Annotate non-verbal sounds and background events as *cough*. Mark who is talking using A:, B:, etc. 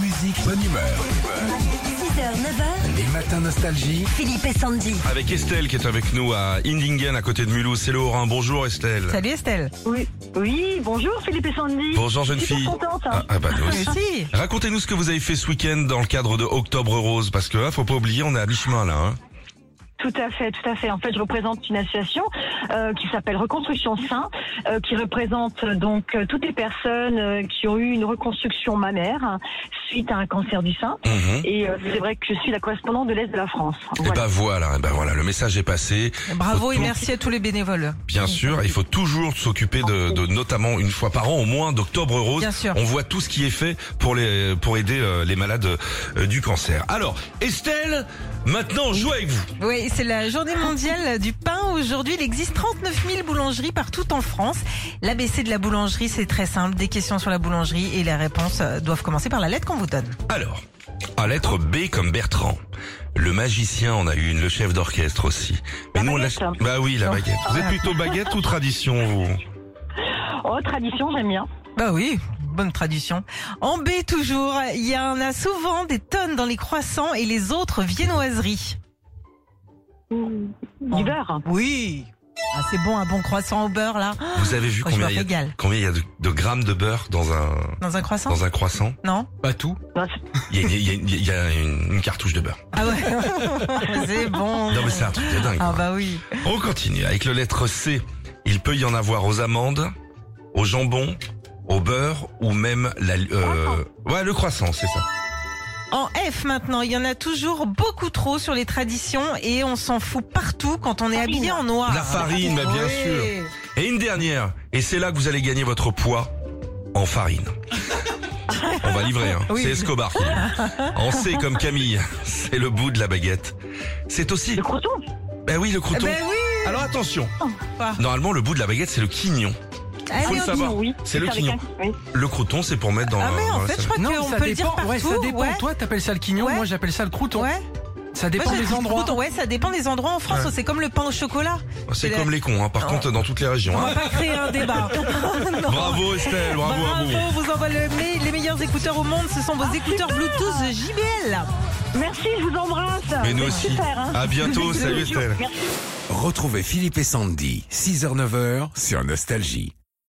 A: musique, bonne humeur.
B: 6h, 9h,
A: Les matins nostalgie.
B: Philippe et Sandy.
C: Avec Estelle qui est avec nous à Indingen à côté de Mulhouse. C'est Laurent. Bonjour Estelle.
D: Salut Estelle.
E: Oui, oui, bonjour Philippe et Sandy.
C: Bonjour jeune
E: Super
C: fille.
E: contente, hein.
C: Ah, ah bah nous aussi.
D: Merci.
C: Racontez-nous ce que vous avez fait ce week-end dans le cadre de Octobre Rose parce que ah, faut pas oublier on est à mi-chemin là. hein.
E: Tout à fait, tout à fait. En fait, je représente une association euh, qui s'appelle Reconstruction Sain, euh, qui représente euh, donc euh, toutes les personnes euh, qui ont eu une reconstruction mammaire hein, suite à un cancer du sein.
C: Mhm.
E: Et euh, c'est vrai que je suis la correspondante de l'Est de la France.
C: Et
E: Voilà.
C: bah voilà, eh bah voilà, le message est passé.
D: Bravo et
C: tout-
D: merci à tous les bénévoles.
C: Bien sûr, il faut toujours s'occuper de, de- notamment une fois par an au moins d'Octobre Rose.
D: Bien sûr.
C: On voit tout ce qui est fait pour les pour aider euh, les malades euh, du cancer. Alors Estelle, maintenant on joue avec vous.
D: Oui, c'est la journée mondiale du pain. Aujourd'hui, il existe 39 000 boulangeries partout en France. L'ABC de la boulangerie, c'est très simple. Des questions sur la boulangerie et les réponses euh, doivent commencer par la lettre qu'on vous donne.
C: Alors, à lettre B comme Bertrand. Le magicien en a eu une, le chef d'orchestre aussi. Mais
E: La
C: nous, on
E: baguette.
C: l'a- Bah oui, la baguette. Vous êtes plutôt baguette ou tradition, vous ben.
E: Oh, tradition, j'aime bien.
D: Bah oui, bonne tradition. En B toujours, il y en a souvent des tonnes dans les croissants et les autres viennoiseries.
E: Du beurre.
D: Oui. Ah, c'est bon, un bon croissant au beurre là.
C: Vous avez vu
D: Oh, je
C: combien
D: me
C: il y a,
D: régale.
C: combien il y a de, de grammes de beurre dans un
D: Dans un croissant
C: dans un croissant
D: Non
F: Pas tout.
E: Non, Ben, c'est-
C: Il y a, il y a- il y a une, une cartouche de beurre.
D: Ah ouais. *laughs* c'est bon.
C: Non mais c'est un truc de dingue.
D: Ah
C: quoi.
D: bah oui.
C: On continue avec le lettre C. Il peut y en avoir aux amandes, au jambon, au beurre ou même la. euh, ouais, le croissant, c'est ça.
D: En F maintenant, il y en a toujours beaucoup trop sur les traditions et on s'en fout partout quand on est
E: Farine.
D: habillé en noir.
C: La farine, bah, bien
D: Oui. Eh
C: Et une dernière, et c'est là que vous allez gagner votre poids en farine.
D: *laughs*
C: On va livrer, hein.
D: Oui.
C: c'est Escobar. qui livre. En C comme Camille, c'est le bout de la baguette. C'est aussi,
E: Le croûton.
C: ben oui, le
D: Eh
C: crouton.
D: Ben oui. Oh,
C: Alors attention,
D: Quoi
C: normalement le bout de la baguette c'est le quignon.
D: Ah,
C: faut
D: oui,
C: le
D: ok.
C: savoir.
E: Oui.
C: C'est le
E: avec
C: quignon.
E: un- oui.
C: Le crouton c'est pour mettre dans.
D: Ah mais
C: dans
D: en
C: la
D: fait, je
C: salade.
D: crois qu'on peut le dire
F: dépend.
D: partout.
F: ouais, ça dépend.
D: ouais.
F: Toi, t'appelles ça le quignon.
D: Ouais.
F: Moi, j'appelle ça le crouton.
D: Ouais.
F: Ça
D: Moi,
F: dépend
D: je
F: des
D: dis
F: endroits.
D: crouton. Ouais, ça dépend des endroits en France.
C: Ouais.
D: C'est comme le pain au chocolat.
C: C'est
D: c'est
C: comme
D: la-
C: les cons, hein. par
D: Ah.
C: contre dans toutes les régions.
D: On
C: hein.
D: va pas créer
C: *laughs*
D: un débat. Non.
C: Bravo Estelle, bravo, à vous.
D: Bravo, vous envoie le- mais- les meilleurs écouteurs au monde. Ce sont vos écouteurs Bluetooth JBL.
E: Merci, je vous embrasse.
C: Mais nous
E: C'est
C: aussi.
E: super, hein.
C: À
D: *laughs*
C: bientôt, salut
E: Bonjour.
C: Estelle.
E: Merci.
A: Retrouvez Philippe et Sandy, 6h-9h sur Nostalgie.